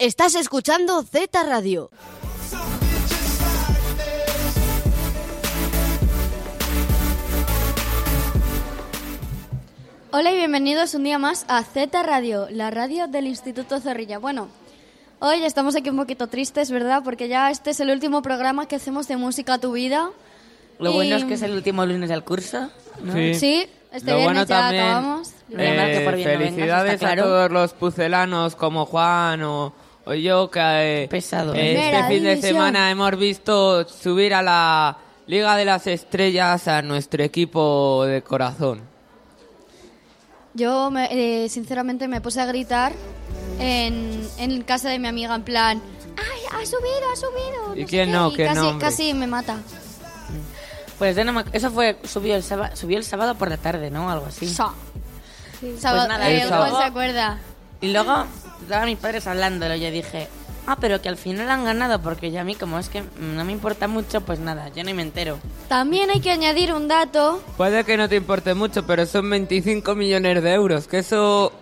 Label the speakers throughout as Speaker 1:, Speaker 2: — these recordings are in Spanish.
Speaker 1: Estás escuchando Z Radio.
Speaker 2: Hola y bienvenidos un día más a Z Radio, la radio del Instituto Zorrilla. Bueno, hoy estamos aquí un poquito tristes, ¿verdad? Porque ya este es el último programa que hacemos de Música a tu vida.
Speaker 3: Lo
Speaker 2: Y-
Speaker 3: bueno es que es el último lunes del curso. ¿no?
Speaker 4: Sí.
Speaker 2: Sí, este
Speaker 4: Lo
Speaker 2: viernes
Speaker 4: bueno
Speaker 2: ya
Speaker 4: también,
Speaker 2: acabamos.
Speaker 3: Menos mal que
Speaker 4: eh,
Speaker 3: por bien no vengas,
Speaker 4: felicidades
Speaker 3: está claro.
Speaker 4: a todos los pucelanos como Juan o, o yo que eh,
Speaker 3: Pesado,
Speaker 4: eh,
Speaker 3: ¿eh?
Speaker 4: este
Speaker 2: Primera
Speaker 4: fin de
Speaker 2: división.
Speaker 4: semana hemos visto subir a la Liga de las Estrellas a nuestro equipo de corazón.
Speaker 2: Yo, me- eh, sinceramente, me puse a gritar en, en casa de mi amiga, en plan, ¡ay, ha subido, ha subido!
Speaker 4: ¿Y
Speaker 2: sé
Speaker 4: quién
Speaker 2: qué,
Speaker 4: no? ¿Qué
Speaker 2: casi,
Speaker 4: nombre?
Speaker 2: casi me mata.
Speaker 3: Pues yo no me- eso fue subió el sábado, subió el sábado por la tarde, ¿no? Algo así.
Speaker 2: Sa. Sábado-
Speaker 3: nada,
Speaker 2: eh,
Speaker 4: Pues el
Speaker 2: Juan
Speaker 4: sábado.
Speaker 2: se acuerda.
Speaker 3: Y luego estaban mis padres hablándolo. Yo dije, ah, pero que al final han ganado porque ya a mí como es que no me importa mucho, pues nada, yo ni me entero.
Speaker 2: También hay que añadir un dato.
Speaker 4: Puede que no te importe mucho, pero son 25 millones de euros, que eso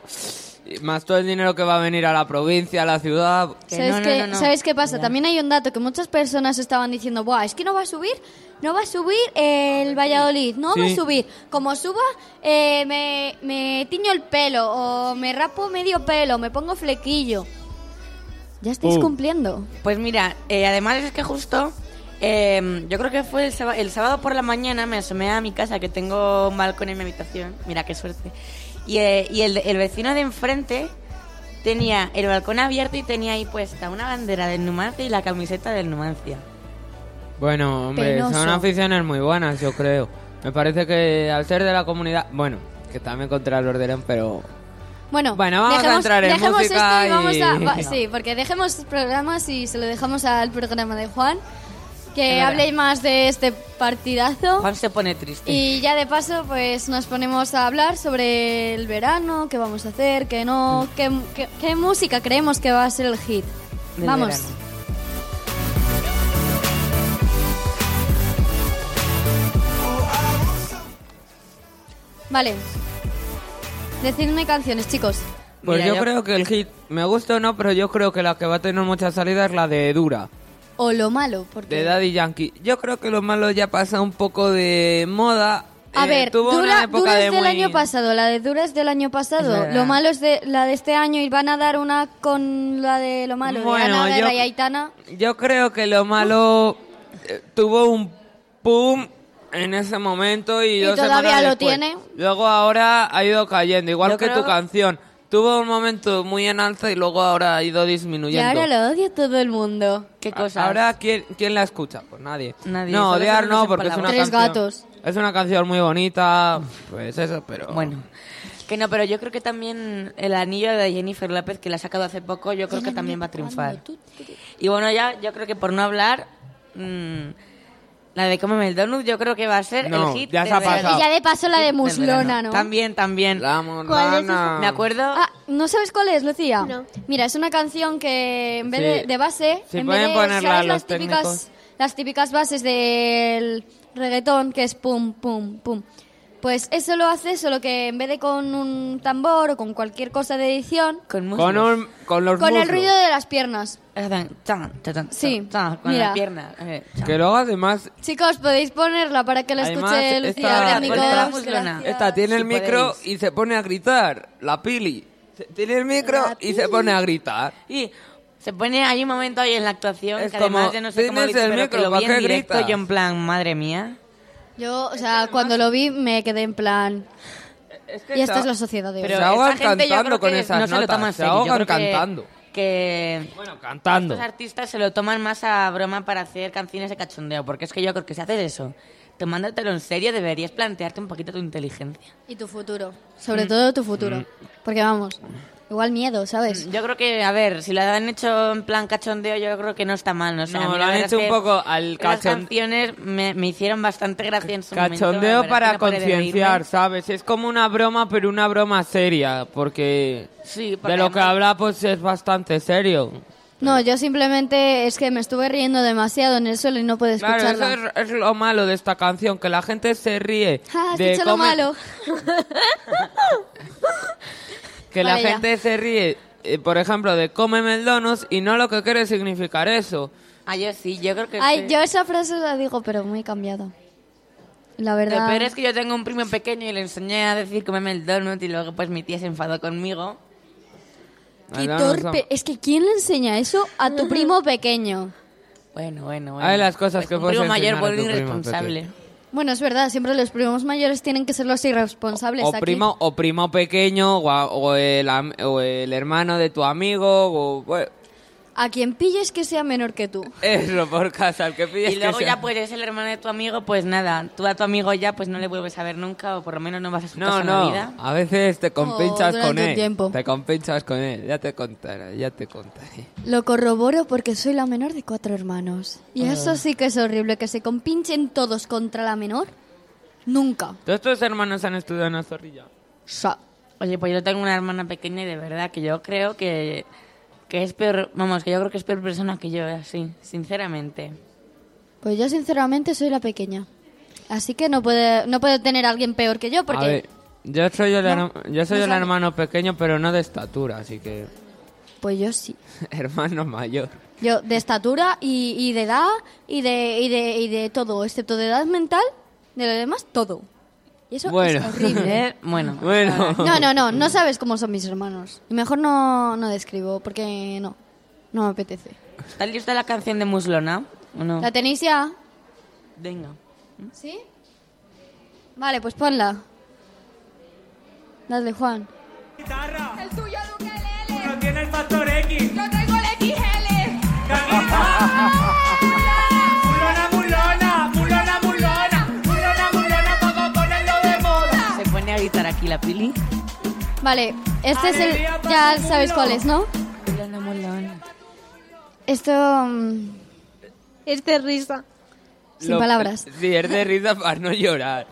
Speaker 4: más todo el dinero que va a venir a la provincia, a la ciudad.
Speaker 3: Que
Speaker 2: ¿Sabes,
Speaker 3: no, no,
Speaker 2: qué,
Speaker 3: no, no.
Speaker 2: ¿Sabes qué pasa?
Speaker 3: Ya.
Speaker 2: También hay un dato que muchas personas estaban diciendo, Buah, es que no va a subir, no va a subir el Valladolid, no va a
Speaker 4: Sí.
Speaker 2: subir. Como suba, eh, me, me tiño el pelo o me rapo medio pelo, me pongo flequillo. Ya estáis
Speaker 4: Oh.
Speaker 2: cumpliendo.
Speaker 3: Pues mira, eh, además es que justo, eh, yo creo que fue el, sába- el sábado por la mañana me asomé a mi casa, que tengo un balcón en mi habitación, mira qué suerte, y, eh, y el, el vecino de enfrente tenía el balcón abierto y tenía ahí puesta una bandera del Numancia y la camiseta del Numancia.
Speaker 4: Bueno, hombre, son
Speaker 2: Penoso.
Speaker 4: aficiones muy buenas, yo creo. Me parece que al ser de la comunidad, bueno, que también contra los de León, pero
Speaker 2: Bueno,
Speaker 4: Bueno, vamos a
Speaker 2: dejemos,
Speaker 4: entrar en
Speaker 2: dejemos
Speaker 4: música
Speaker 2: esto y vamos
Speaker 4: y-
Speaker 2: a... va- sí, porque dejemos programas y se lo dejamos al programa de Juan, que
Speaker 3: verdad.
Speaker 2: hable más de este partidazo.
Speaker 3: Juan se pone triste.
Speaker 2: Y ya de paso, pues nos ponemos a hablar sobre el verano, qué vamos a hacer, qué no,
Speaker 4: Mm.
Speaker 2: qué, qué- qué música creemos que va a ser el hit.
Speaker 3: del
Speaker 2: vamos.
Speaker 3: verano.
Speaker 2: Vale. Decidme canciones, chicos.
Speaker 4: Pues
Speaker 3: Mira,
Speaker 4: yo,
Speaker 3: yo-
Speaker 4: creo que el hit, me gusta o no, pero yo creo que la que va a tener mucha salida es la de Dura,
Speaker 2: O lo malo, porque...
Speaker 4: de Daddy Yankee. Yo creo que lo malo ya pasa un poco de moda.
Speaker 2: A
Speaker 4: Eh,
Speaker 2: ver,
Speaker 4: tuvo una
Speaker 2: dura,
Speaker 4: época
Speaker 2: Dura es
Speaker 4: de
Speaker 2: del
Speaker 4: muy-
Speaker 2: año pasado, la de dura es del año pasado,
Speaker 4: verdad.
Speaker 2: lo malo es de la de este año y van a dar una con la de lo malo, de
Speaker 4: Bueno,
Speaker 2: Ana Guerra
Speaker 4: yo-
Speaker 2: y Aitana.
Speaker 4: Yo creo que lo malo eh, tuvo un pum en ese momento y,
Speaker 2: Y
Speaker 4: dos semanas
Speaker 2: todavía lo
Speaker 4: después.
Speaker 2: tiene.
Speaker 4: Luego ahora ha ido cayendo, igual
Speaker 3: Yo
Speaker 4: que
Speaker 3: creo-
Speaker 4: tu canción. Tuvo un momento muy en alza y luego ahora ha ido
Speaker 2: Y
Speaker 4: disminuyendo.
Speaker 2: ahora lo odia todo el mundo.
Speaker 3: ¿Qué
Speaker 4: A-
Speaker 3: cosas?
Speaker 4: Ahora, ¿quién, quién la escucha? Pues nadie.
Speaker 3: Nadie,
Speaker 4: No,
Speaker 3: solo
Speaker 4: odiar
Speaker 3: son unas
Speaker 4: no, porque es una
Speaker 3: palabras.
Speaker 2: Tres
Speaker 4: canción...
Speaker 2: gatos.
Speaker 4: Es una canción muy bonita, pues eso, pero...
Speaker 3: Bueno, que no, pero yo creo que también el anillo de Jennifer López, que la ha sacado hace poco, yo creo que también va a triunfar. Y bueno, ya yo creo que por no hablar, mm, la de Cómeme el Donut, yo creo que va a ser
Speaker 4: No,
Speaker 3: el hit.
Speaker 4: ya
Speaker 3: del
Speaker 4: se ha
Speaker 3: verano.
Speaker 4: pasado.
Speaker 2: Y ya de paso la
Speaker 3: Hit
Speaker 2: de
Speaker 3: del
Speaker 2: Muslona,
Speaker 3: verano.
Speaker 2: ¿no?
Speaker 3: También, también.
Speaker 4: La Morlana.
Speaker 3: Me acuerdo.
Speaker 2: Ah, ¿no sabes cuál es, Lucía? Mira, es una canción que en vez de,
Speaker 4: Sí.
Speaker 2: de base,
Speaker 4: Sí,
Speaker 2: en vez
Speaker 4: pueden
Speaker 2: de
Speaker 4: ponerla
Speaker 2: ¿sabes
Speaker 4: los
Speaker 2: las típicas,
Speaker 4: técnicos?
Speaker 2: las típicas bases del reggaetón que es pum pum pum. Pues eso lo hace, solo que en vez de con un tambor o con cualquier cosa de edición,
Speaker 3: Con, muslos.
Speaker 4: Con, un- con los
Speaker 2: con el
Speaker 4: muslos.
Speaker 2: ruido de las piernas.
Speaker 3: Tan, tan, tan, tan,
Speaker 2: Sí,
Speaker 3: tan, Con
Speaker 2: mira.
Speaker 3: la pierna. eh, tan.
Speaker 4: Que luego además...
Speaker 2: Chicos, podéis ponerla para que la
Speaker 4: Además,
Speaker 2: escuche Lucía
Speaker 4: esta-
Speaker 2: técnicos,
Speaker 3: Ponla, Muslona.
Speaker 2: gracias.
Speaker 4: Esta tiene
Speaker 3: Si
Speaker 4: el micro
Speaker 3: podéis.
Speaker 4: y se pone a gritar, la pili. Se- Tiene el micro
Speaker 2: La
Speaker 4: y se pone a gritar.
Speaker 3: Y se pone, hay un momento ahí en la actuación
Speaker 4: Es
Speaker 3: que además
Speaker 4: como,
Speaker 3: yo no sé cómo lo
Speaker 4: tienes
Speaker 3: hizo,
Speaker 4: el
Speaker 3: pero que
Speaker 4: micro,
Speaker 3: lo vi
Speaker 4: ¿para
Speaker 3: en
Speaker 4: qué
Speaker 3: directo
Speaker 4: gritas?
Speaker 3: yo en plan, madre mía.
Speaker 2: Yo, o sea, cuando lo vi me quedé en plan. Y esta es la sociedad de hoy.
Speaker 3: Pero
Speaker 4: Se ahogan
Speaker 3: esta gente yo
Speaker 4: cantando
Speaker 3: creo
Speaker 4: con
Speaker 3: que
Speaker 4: esas
Speaker 3: no se lo
Speaker 4: notas,
Speaker 3: toman
Speaker 4: se
Speaker 3: serio. Yo
Speaker 4: ahogan
Speaker 3: creo que-
Speaker 4: cantando.
Speaker 3: Que
Speaker 4: Bueno, cantando.
Speaker 3: los artistas se lo toman más a broma para hacer canciones de cachondeo, porque es que yo creo que si haces eso, tomándotelo en serio, deberías plantearte un poquito tu inteligencia.
Speaker 4: Mm.
Speaker 2: Y tu futuro. Sobre todo tu futuro. Porque vamos, Igual miedo, ¿sabes?
Speaker 4: Mm.
Speaker 3: Yo creo que, a ver, si lo han hecho en plan cachondeo, yo creo que no está mal. No, sé,
Speaker 4: No,
Speaker 3: a mí
Speaker 4: lo
Speaker 3: la
Speaker 4: han
Speaker 3: verdad
Speaker 4: hecho
Speaker 3: es
Speaker 4: un
Speaker 3: que
Speaker 4: poco al
Speaker 3: Las
Speaker 4: cachon-
Speaker 3: canciones me, me hicieron bastante gracia en su momento, la
Speaker 4: Cachondeo
Speaker 3: verdad
Speaker 4: para
Speaker 3: es que no paré de
Speaker 4: concienciar,
Speaker 3: reírme.
Speaker 4: ¿sabes? Es como una broma, pero una broma seria, porque
Speaker 3: Sí, porque
Speaker 4: de lo que
Speaker 3: además-
Speaker 4: habla pues es bastante serio.
Speaker 2: No, yo simplemente es que me estuve riendo demasiado en el suelo y no pude
Speaker 4: Claro,
Speaker 2: escucharla.
Speaker 4: eso es, es lo malo de esta canción, que la gente se ríe.
Speaker 2: Ah, has
Speaker 4: de
Speaker 2: dicho lo
Speaker 4: cómo-
Speaker 2: malo.
Speaker 4: Que
Speaker 2: Vale,
Speaker 4: la
Speaker 2: ya.
Speaker 4: gente se ríe, eh, por ejemplo, de cómeme el donos y no lo que quiere significar eso.
Speaker 3: Ah, yo sí, yo creo que
Speaker 2: Ay,
Speaker 3: sí.
Speaker 2: yo esa frase la digo, pero muy cambiada. La
Speaker 3: Lo
Speaker 2: verdad.
Speaker 3: peor es que yo tengo un primo pequeño y le enseñé a decir comeme el donut y luego pues mi tía se enfadó conmigo.
Speaker 2: Qué
Speaker 4: El donos,
Speaker 2: torpe. Es que ¿quién le enseña eso a tu primo pequeño?
Speaker 3: Bueno, bueno, bueno.
Speaker 4: Hay las cosas
Speaker 3: Pues
Speaker 4: que
Speaker 3: un
Speaker 4: puedes
Speaker 3: primo mayor
Speaker 4: enseñar a
Speaker 3: vuelve
Speaker 4: tu primo
Speaker 3: irresponsable.
Speaker 2: Bueno, es verdad, siempre los primos mayores tienen que ser los irresponsables
Speaker 4: o
Speaker 2: aquí.
Speaker 4: primo o primo pequeño o, a- o el, am- o el hermano de tu amigo o bueno,
Speaker 2: A quien pilles que sea menor que tú.
Speaker 4: eso por casa el que pilles
Speaker 3: Y luego
Speaker 4: que sea-
Speaker 3: ya pues es el hermano de tu amigo, pues nada, tú a tu amigo ya pues no le vuelves a ver nunca o por lo menos no vas a su casa
Speaker 4: no
Speaker 3: en la
Speaker 4: no
Speaker 3: vida.
Speaker 4: a veces te compinchas
Speaker 2: Oh, durante
Speaker 4: con
Speaker 2: un
Speaker 4: él
Speaker 2: tiempo.
Speaker 4: te compinchas con él ya te contaré ya te contaré
Speaker 2: Lo corroboro porque soy la menor de cuatro hermanos. Y
Speaker 4: Ah.
Speaker 2: eso sí que es horrible, que se compinchen todos contra la menor. Nunca.
Speaker 4: todos tus hermanos han estudiado en la zorrilla
Speaker 2: Sa-
Speaker 3: Oye, pues yo tengo una hermana pequeña y de verdad que yo creo que, que es peor, vamos, que yo creo que es peor persona que yo, así, sinceramente.
Speaker 2: Pues yo sinceramente soy la pequeña. Así que no puede, no puede tener a alguien peor que yo
Speaker 4: a ver
Speaker 2: porque...
Speaker 4: yo soy el,
Speaker 2: No,
Speaker 4: herma- yo soy
Speaker 2: no
Speaker 4: el
Speaker 2: sabe.
Speaker 4: hermano pequeño pero no de estatura así que
Speaker 2: Pues yo sí.
Speaker 4: hermano mayor
Speaker 2: Yo de estatura y, y de edad y de, y, de, y de todo, excepto de edad mental, de lo demás todo. Y eso
Speaker 4: Bueno.
Speaker 2: es horrible.
Speaker 3: Eh, Bueno,
Speaker 4: bueno
Speaker 2: No, no, no, no sabes cómo son mis hermanos. Y mejor no, no describo porque no, no me apetece.
Speaker 3: ¿está lista la canción de Muslona? ¿O no?
Speaker 2: ¿La tenéis ya?
Speaker 3: Venga.
Speaker 2: ¿Sí? Vale, pues ponla. Dale, Juan.
Speaker 5: guitarra.
Speaker 6: El tuyo Luke Lele,
Speaker 5: No tiene el factor X.
Speaker 6: yo traigo el XL.
Speaker 5: Mulona, mulona, mulona, mulona. Mulona, mulona, vamos a ponerlo de moda.
Speaker 3: Se pone a gritar aquí la pili.
Speaker 2: Vale, este es el... Ya sabéis cuál es, ¿no?
Speaker 3: Mulona, mulona.
Speaker 2: Esto... mm,
Speaker 6: Este risa.
Speaker 2: Sin
Speaker 4: Lo-
Speaker 2: palabras.
Speaker 4: sí es de risa para no llorar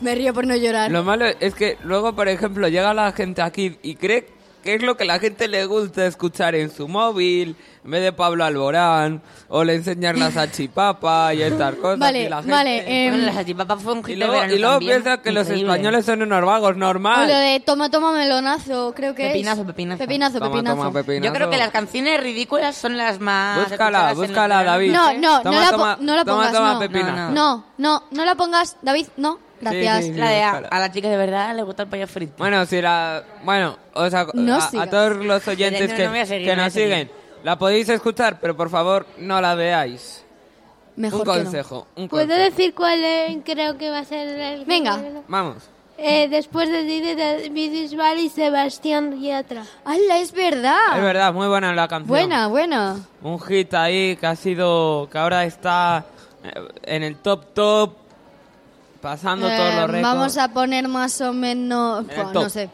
Speaker 2: Me río por no llorar.
Speaker 4: Lo malo es que luego, por ejemplo, llega la gente aquí y cree que es lo que la gente le gusta escuchar en su móvil, en vez de Pablo Alborán, o le enseñar la salchipapa y estas cosas.
Speaker 2: Vale,
Speaker 4: y la gente-
Speaker 2: vale, eh,
Speaker 3: Bueno, la salchipapa fue un hit de
Speaker 4: Y luego,
Speaker 3: verano
Speaker 4: y luego
Speaker 3: también.
Speaker 4: piensa que los
Speaker 3: Increíble.
Speaker 4: españoles son unos vagos,
Speaker 2: O lo
Speaker 4: normal.
Speaker 2: de toma, toma melonazo, creo que
Speaker 3: Pepinazo,
Speaker 2: es.
Speaker 3: pepinazo.
Speaker 2: Pepinazo,
Speaker 4: Toma,
Speaker 2: pepinazo.
Speaker 4: toma, pepinazo.
Speaker 3: Yo creo que las canciones ridículas son las más.
Speaker 4: Búscala,
Speaker 3: escuchadas en los
Speaker 4: búscala,
Speaker 3: veranos.
Speaker 4: David.
Speaker 2: No, no,
Speaker 4: Toma,
Speaker 2: no, la,
Speaker 4: toma,
Speaker 2: po- no la
Speaker 4: toma,
Speaker 2: pongas,
Speaker 4: toma,
Speaker 2: no.
Speaker 4: pepina.
Speaker 3: No,
Speaker 2: no. no, no, la pongas, David, no, gracias.
Speaker 4: sí, sí.
Speaker 3: La de a,
Speaker 4: búscala.
Speaker 3: a la chica de verdad le gusta el pollo frito.
Speaker 4: Bueno, si la... Bueno, o sea,
Speaker 2: No
Speaker 4: a, a
Speaker 2: sigas.
Speaker 4: todos los oyentes
Speaker 3: No,
Speaker 4: que,
Speaker 3: no voy a seguir,
Speaker 4: que
Speaker 3: no voy a
Speaker 4: nos
Speaker 3: seguir.
Speaker 4: siguen, la podéis escuchar, pero por favor no la veáis.
Speaker 2: Mejor
Speaker 4: un
Speaker 2: que no.
Speaker 4: consejo, un
Speaker 7: ¿Puedo
Speaker 4: consejo.
Speaker 7: decir cuál eh, creo que va a ser el...
Speaker 2: Venga.
Speaker 4: Vamos.
Speaker 7: Eh, después de Didi de Bisbal y Sebastián Yatra.
Speaker 2: ¡Hala, es verdad!
Speaker 4: Es verdad, muy buena la canción.
Speaker 2: Ah. Buena, buena.
Speaker 4: Un hit ahí que ha sido. que ahora está eh, en el top top, pasando todos
Speaker 2: Eh,
Speaker 4: los récords.
Speaker 2: vamos a poner más o menos.
Speaker 4: En el
Speaker 2: Buah,
Speaker 4: top.
Speaker 2: no sé.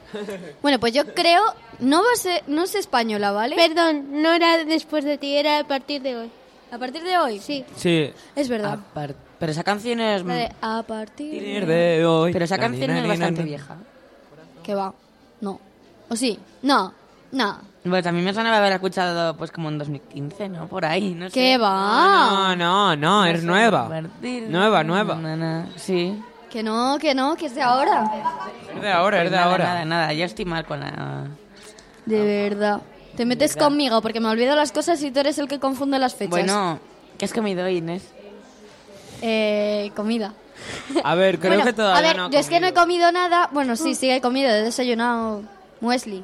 Speaker 2: Bueno, pues yo creo. No va a ser, no es española, ¿vale?
Speaker 7: Perdón, no era después de ti, era a partir de hoy.
Speaker 2: a partir de hoy.
Speaker 7: Sí.
Speaker 4: Sí.
Speaker 2: Es
Speaker 3: A
Speaker 2: verdad.
Speaker 4: Ah,
Speaker 3: par- pero esa canción es.
Speaker 4: mm.
Speaker 2: La de a partir de-
Speaker 4: De hoy.
Speaker 3: Pero esa
Speaker 4: Na,
Speaker 3: canción
Speaker 4: na,
Speaker 3: es
Speaker 4: na,
Speaker 3: bastante
Speaker 4: na.
Speaker 3: vieja.
Speaker 2: Que va. No. ¿O sí? No. No.
Speaker 3: Bueno, también Pues me sonaba haber escuchado pues como en 2015, ¿no? Por ahí, no sé.
Speaker 2: Que va.
Speaker 4: No, no, no, es
Speaker 3: Eso,
Speaker 4: nueva.
Speaker 3: compartir.
Speaker 4: Nueva, nueva.
Speaker 3: Na, na, Sí.
Speaker 2: Que no, que no, que es de ahora.
Speaker 4: Es de ahora,
Speaker 3: Pues
Speaker 4: es de
Speaker 3: nada,
Speaker 4: ahora.
Speaker 3: Nada, nada, yo estoy mal con la...
Speaker 2: De verdad. Te metes conmigo porque me olvido las cosas y tú eres el que confunde las fechas.
Speaker 3: Bueno, ¿qué es que me doy, Inés?
Speaker 2: Eh, comida.
Speaker 4: A ver, creo
Speaker 2: Bueno,
Speaker 4: que todavía
Speaker 2: a ver,
Speaker 4: no. ha
Speaker 2: yo es que no he
Speaker 4: comido.
Speaker 2: comido nada. Bueno, sí, sí he comido. He desayunado muesli.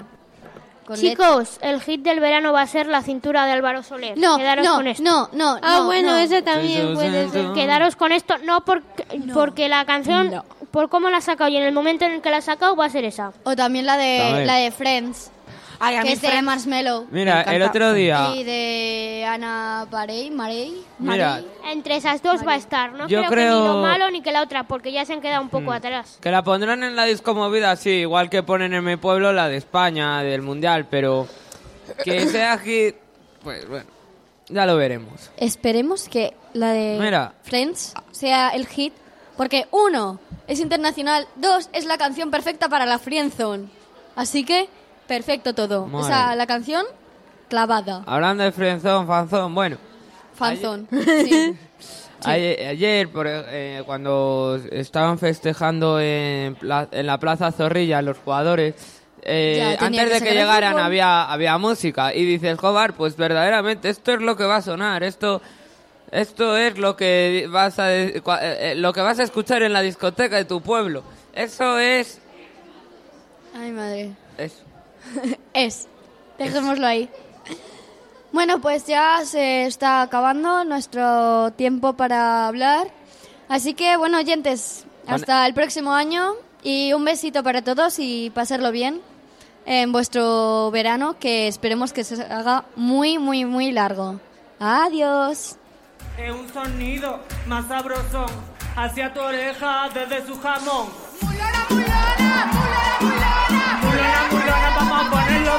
Speaker 2: con leche.
Speaker 6: Chicos, el hit del verano va a ser la cintura de Álvaro Soler.
Speaker 2: No,
Speaker 6: Quedaros
Speaker 2: no,
Speaker 6: con esto.
Speaker 2: no, no.
Speaker 7: Ah,
Speaker 2: no,
Speaker 7: bueno,
Speaker 2: no.
Speaker 7: esa también puede ser.
Speaker 6: Quedaros con esto, no porque, porque la canción,
Speaker 2: No.
Speaker 6: por cómo la ha sacado y en el momento en el que la ha sacado, va a ser esa.
Speaker 2: O también la de,
Speaker 4: También.
Speaker 2: la de Friends.
Speaker 3: Ay, a
Speaker 2: que
Speaker 3: mí
Speaker 2: es de
Speaker 3: Friends-
Speaker 2: Marshmallow.
Speaker 4: Mira,
Speaker 3: Me
Speaker 4: el
Speaker 3: encanta.
Speaker 4: otro día.
Speaker 2: Y de Ana Parey, Marey.
Speaker 4: Mira.
Speaker 2: Marey.
Speaker 6: Entre esas dos va a estar, ¿no?
Speaker 4: Yo
Speaker 6: creo, que ni
Speaker 4: creo-
Speaker 6: lo malo ni que la otra, porque ya se han quedado un poco atrás.
Speaker 4: Que la pondrán en la discomovida, sí, igual que ponen en mi pueblo la de España, del Mundial, pero que sea aquí, pues bueno, ya lo veremos.
Speaker 2: Esperemos que la de
Speaker 4: Mira.
Speaker 2: Friends sea el hit, porque uno, es internacional, dos, es la canción perfecta para la Friendzone. Así que, perfecto todo. O
Speaker 4: Madre.
Speaker 2: sea, la canción clavada.
Speaker 4: Hablando de frenzón, fanzón, bueno,
Speaker 2: Fanzone. Sí.
Speaker 4: ayer, ayer, por, eh, cuando estaban festejando en, pla- en la Plaza Zorrilla los jugadores, eh,
Speaker 2: Ya, tenía que
Speaker 4: antes de que
Speaker 2: sacar el
Speaker 4: llegaran
Speaker 2: fútbol.
Speaker 4: había, había música y dices, Jobar, pues verdaderamente esto es lo que va a sonar, esto... Esto es lo que vas a de- cua- eh, eh, lo que vas a escuchar en la discoteca de tu pueblo. Eso es
Speaker 2: Ay, madre.
Speaker 4: Eso.
Speaker 2: Es. Dejémoslo ahí. Bueno, pues ya se está acabando nuestro tiempo para hablar. Así que, bueno, oyentes, hasta el próximo año y un besito para todos y pasarlo bien en vuestro verano, que esperemos que se haga muy, muy, muy largo. Adiós.
Speaker 8: Es un sonido más sabrosón hacia tu oreja desde su jamón.
Speaker 5: Mulona, mulona, mulona, mulona.
Speaker 8: Mulona, mulona, vamos a ponerlo